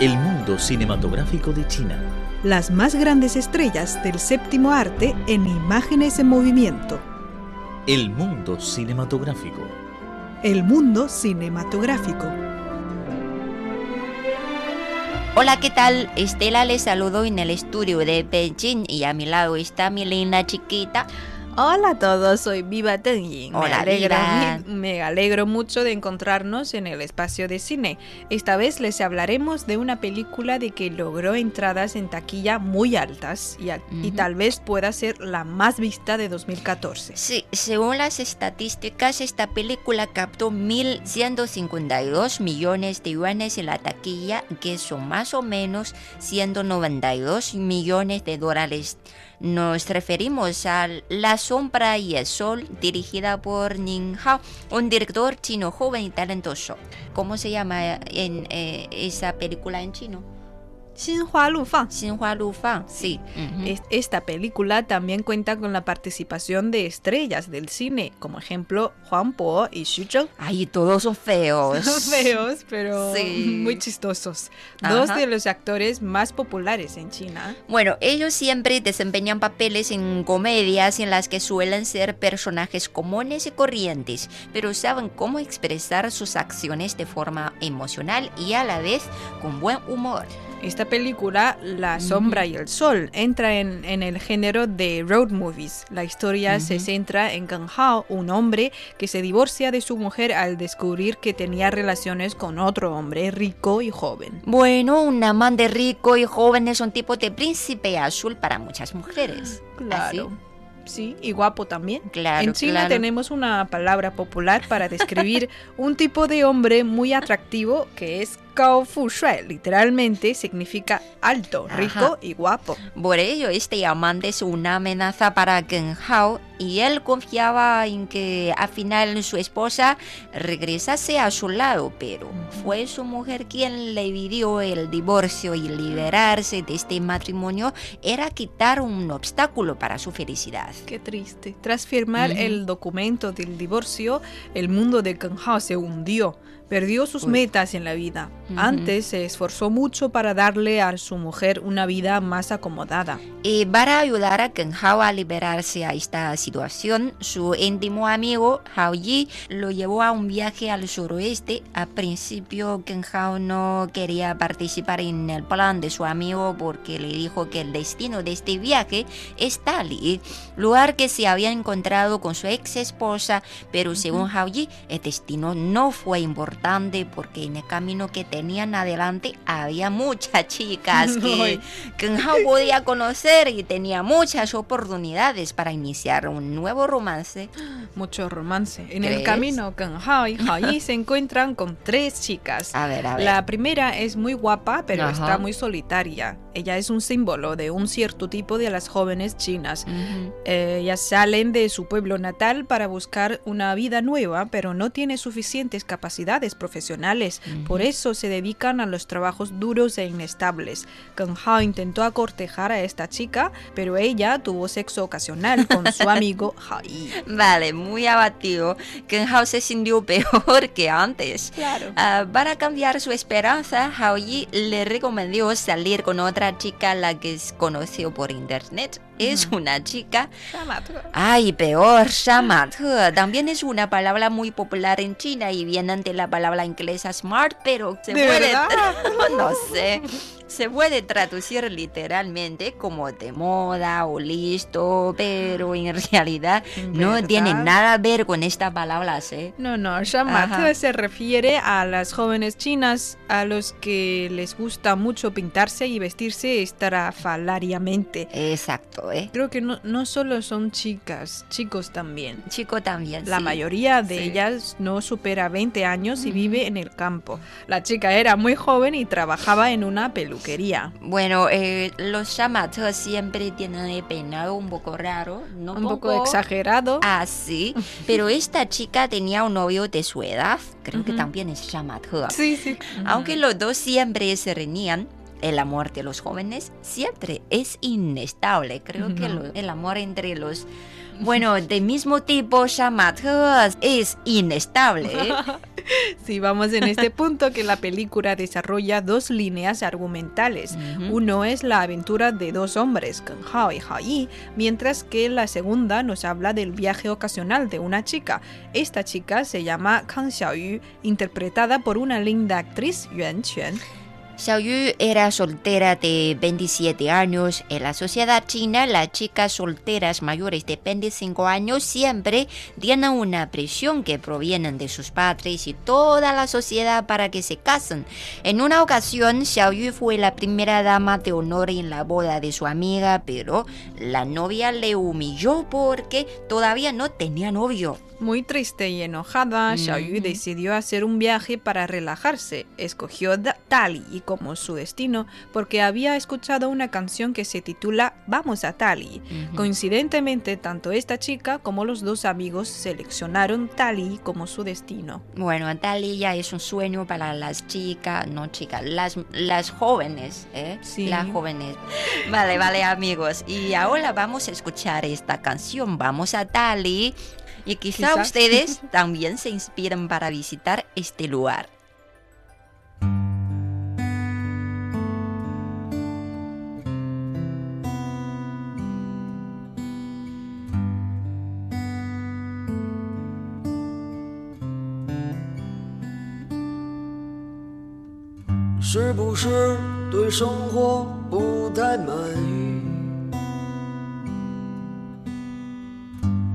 El mundo cinematográfico de China. Las más grandes estrellas del séptimo arte en imágenes en movimiento. El mundo cinematográfico. El mundo cinematográfico. Hola, ¿qué tal? Estela les saludo en el estudio de Beijing y a mi lado está mi linda chiquita. Hola a todos, soy Viva Tenying. Hola, me alegro, Viva. me alegro mucho de encontrarnos en el espacio de cine. Esta vez les hablaremos de una película de que logró entradas en taquilla muy altas y, a- y Ujú. tal vez pueda ser la más vista de 2014. Sí, según las estadísticas, esta película captó 1.152 millones de yuanes en la taquilla, que son más o menos 192 millones de dólares. Nos referimos a La sombra y el sol, dirigida por Ning Hao, un director chino joven y talentoso. ¿Cómo se llama en eh, esa película en chino? Sin Hua Lu Fang. Xinhua Lu Fang, sí. ujú. Es- Esta película también cuenta con la participación de estrellas del cine, como ejemplo Juan Po y Xu Zhou. Ay, todos son feos. Son feos, pero Sí. muy chistosos. Dos Ajá. de los actores más populares en China. Bueno, ellos siempre desempeñan papeles en comedias en las que suelen ser personajes comunes y corrientes, pero saben cómo expresar sus acciones de forma emocional y a la vez con buen humor. Esta película, La sombra y el sol, entra en, en el género de road movies. La historia se Ujú. centra en Gang Hao, un hombre que se divorcia de su mujer al descubrir que tenía relaciones con otro hombre rico y joven. Bueno, un amante rico y joven es un tipo de príncipe azul para muchas mujeres. Claro. Sí, y guapo también. Así, Claro, en China claro. tenemos una palabra popular para describir un tipo de hombre muy atractivo que es Cao Fu Shui. Literalmente significa alto, Ajá. rico y guapo. Por ello, este amante es una amenaza para Geng Hao y él confiaba en que al final su esposa regresase a su lado, pero fue su mujer quien le pidió el divorcio y liberarse de este matrimonio era quitar un obstáculo para su felicidad. Qué triste. Tras firmar Ujú. el documento del divorcio, el mundo de Kang Hao se hundió. Perdió sus Uy. metas en la vida. Ujú. Antes se esforzó mucho para darle a su mujer una vida más acomodada. Y para ayudar a Ken Hao a liberarse a esta situación, su íntimo amigo Hao Yi lo llevó a un viaje al suroeste. Al principio, Ken Hao no quería participar en el plan de su amigo porque le dijo que el destino de este viaje es Tali, lugar que se había encontrado con su ex esposa. Pero según Hao Yi, el destino no fue importante porque en el camino que tenían adelante había muchas chicas que. Ay. Kang Hao podía conocer y tenía muchas oportunidades para iniciar un nuevo romance. Mucho romance. En el ¿Crees? camino, Kang Hao y Hao Yi se encuentran con tres chicas. A ver, a ver. La primera es muy guapa, pero Ajá. está muy solitaria. Ella es un símbolo de un cierto tipo de las jóvenes chinas. Ujú. Eh, ellas salen de su pueblo natal para buscar una vida nueva, pero no tiene suficientes capacidades profesionales. Por eso se dedican a los trabajos duros e inestables. Kang Hao intentó acortejar a esta chica, pero ella tuvo sexo ocasional con su amigo Hai. Vale, muy abatido. Kang Hao se sintió peor que antes. Claro. Ah, para cambiar su esperanza, Hao Yi le recomendó salir con otra chica a la que s- conoció por internet. Es Ujú. una chica Ay, peor, smart. También es una palabra muy popular en China y viene ante la palabra inglesa smart, pero se ¿De puede. verdad? no sé. Se puede traducir literalmente como de moda o listo, pero en realidad no Ah. ¿Verdad? tiene nada que ver con esta palabra, ¿eh? No, no, Ajá. Shamatha se refiere a las jóvenes chinas a los que les gusta mucho pintarse y vestirse estrafalariamente. Exacto, ¿eh? Creo que no, no solo son chicas, chicos también. Chico también. La sí. mayoría de Sí. ellas no supera 20 años y Ujú. vive en el campo. La chica era muy joven y trabajaba en una peluquería. Bueno, eh, los chamatos siempre tienen el peinado un poco raro, ¿no? Un poco Pongo- exagerado. Ah, sí. Pero esta chica tenía un novio de su edad. Creo que Ujú. también es Shamatha. Sí, sí. Aunque los dos siempre se reñían, el amor de los jóvenes siempre es inestable. Creo que Ujú. lo- el amor entre los... Bueno, de mismo tipo, Shamatha es inestable. ¿eh? Si vamos en este punto que la película desarrolla dos líneas argumentales. Ujú. Uno es la aventura de dos hombres, Kang Hao y Hao Yi, mientras que la segunda nos habla del viaje ocasional de una chica. Esta chica se llama Kang Xiaoyu, interpretada por una linda actriz, Yuan Quan. Xiao Yu era soltera de 27 años. En la sociedad china, las chicas solteras mayores de 25 años siempre tienen una presión que provienen de sus padres y toda la sociedad para que se casen. En una ocasión, Xiao Yu fue la primera dama de honor en la boda de su amiga, pero la novia le humilló porque todavía no tenía novio. Muy triste y enojada, Xiaoyu Ujú. decidió hacer un viaje para relajarse. Escogió Da- Dali como su destino porque había escuchado una canción que se titula Vamos a Dali. Coincidentemente, tanto esta chica como los dos amigos seleccionaron Dali como su destino. Bueno, Dalia es un sueño para las chicas, no chicas, las, las jóvenes, ¿eh? Sí. Las jóvenes. Vale, vale, amigos. Y ahora vamos a escuchar esta canción. Vamos a Dali. Y quizá Quizá. ustedes también se inspiran para visitar este lugar. 是不是对生活不太满意？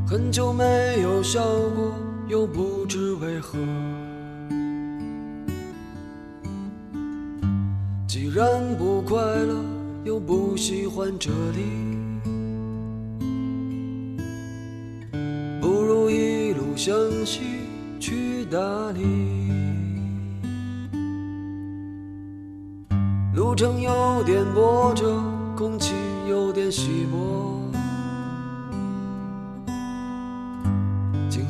很久没有笑过，又不知为何。既然不快乐，又不喜欢这里，不如一路向西去哪里？路程有点波折，空气有点稀薄，景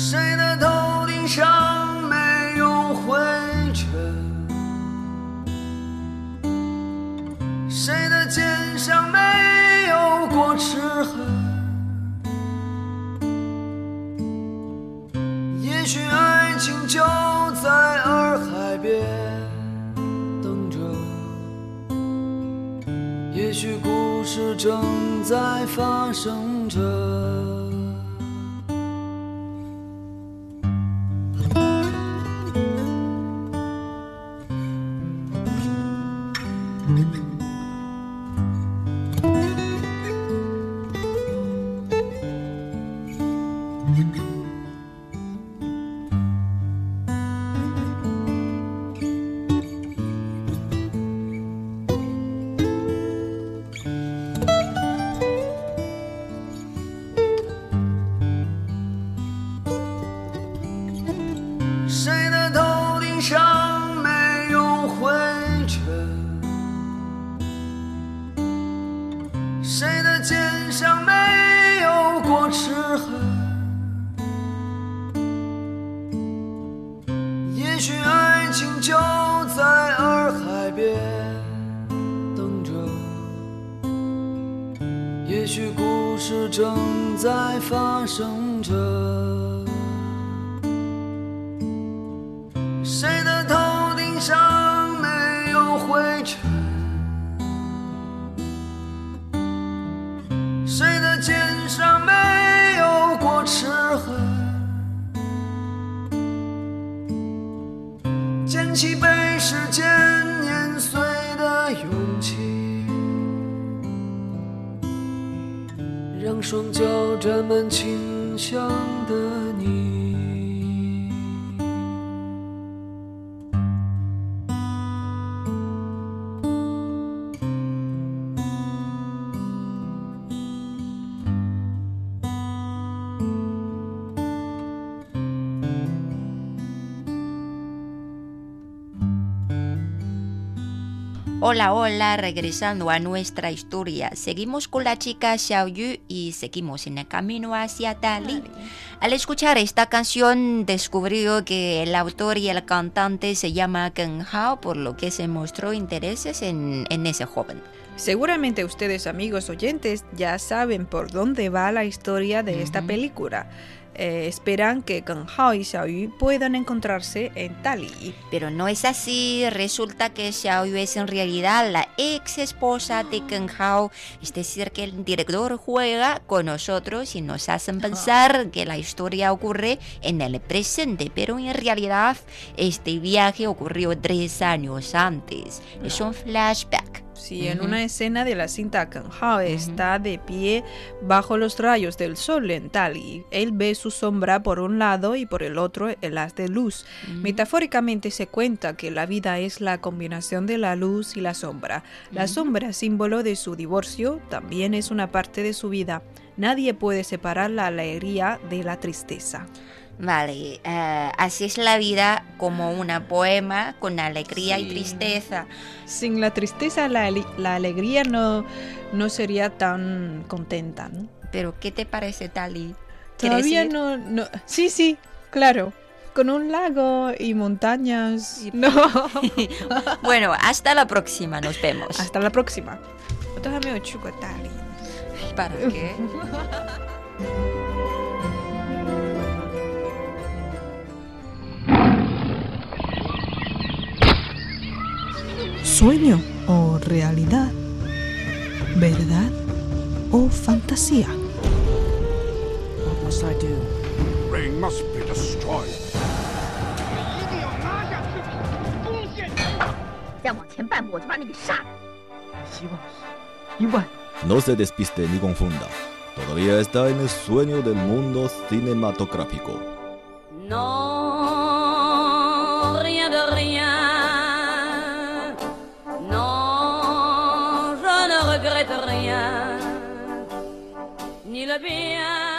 谁的头顶上没有灰尘？谁的肩上没有过齿痕？也许爱情就在洱海边等着，也许故事正在发生着。谁的头顶上没有灰尘？谁的肩上没有过齿痕？也许爱情就在洱海边等着，也许故事正在发生着。谁的头顶上没有灰尘？谁的肩上没有过齿痕？捡起被时间碾碎的勇气，让双脚沾满清香的你。 Hola, hola, regresando a nuestra historia. Seguimos con la chica Xiaoyu y seguimos en el camino hacia Tali. Al escuchar esta canción descubrió que el autor y el cantante se llama Ken Hao, por lo que se mostró intereses en, en ese joven. Seguramente ustedes, amigos oyentes, ya saben por dónde va la historia de esta Ujú. película. Eh, esperan que Kang Hao y Xiaoyu puedan encontrarse en Tali. Pero no es así, resulta que Xiaoyu es en realidad la ex esposa de Ken Hao, es decir, que el director juega con nosotros y nos Ah. hacen pensar que la historia ocurre en el presente, pero en realidad este viaje ocurrió tres años antes, es un flashback. Si en Ujú. una escena de la cinta Kang Hao está de pie bajo los rayos del sol en Tali, él ve su sombra por un lado y por el otro el haz de luz. Metafóricamente se cuenta que la vida es la combinación de la luz y la sombra. La sombra, símbolo de su divorcio, también es una parte de su vida. Nadie puede separar la alegría de la tristeza. Mm, Vale, eh, así es la vida como una poema con alegría y Sí. tristeza. Sin la tristeza, la, ale- la alegría no, no sería tan contenta. ¿no? Pero ¿qué te parece Tali? ¿Quieres Todavía ir? no, no. Sí, sí, claro. Con un lago y montañas. No. Bueno, hasta la próxima, nos vemos. Hasta la próxima. Otros amigos chocotales. ¿Para qué? ¿Sueño o realidad? ¿Verdad o fantasía? Ring must be destroyed. 一定要拿下自己，攻陷敌人。再往前半步，我就把你给杀了。 No se despiste ni confunda. Todavía está en el sueño del mundo cinematográfico. Non, rien de rien. Non, je ne regrette rien. Ni le bien,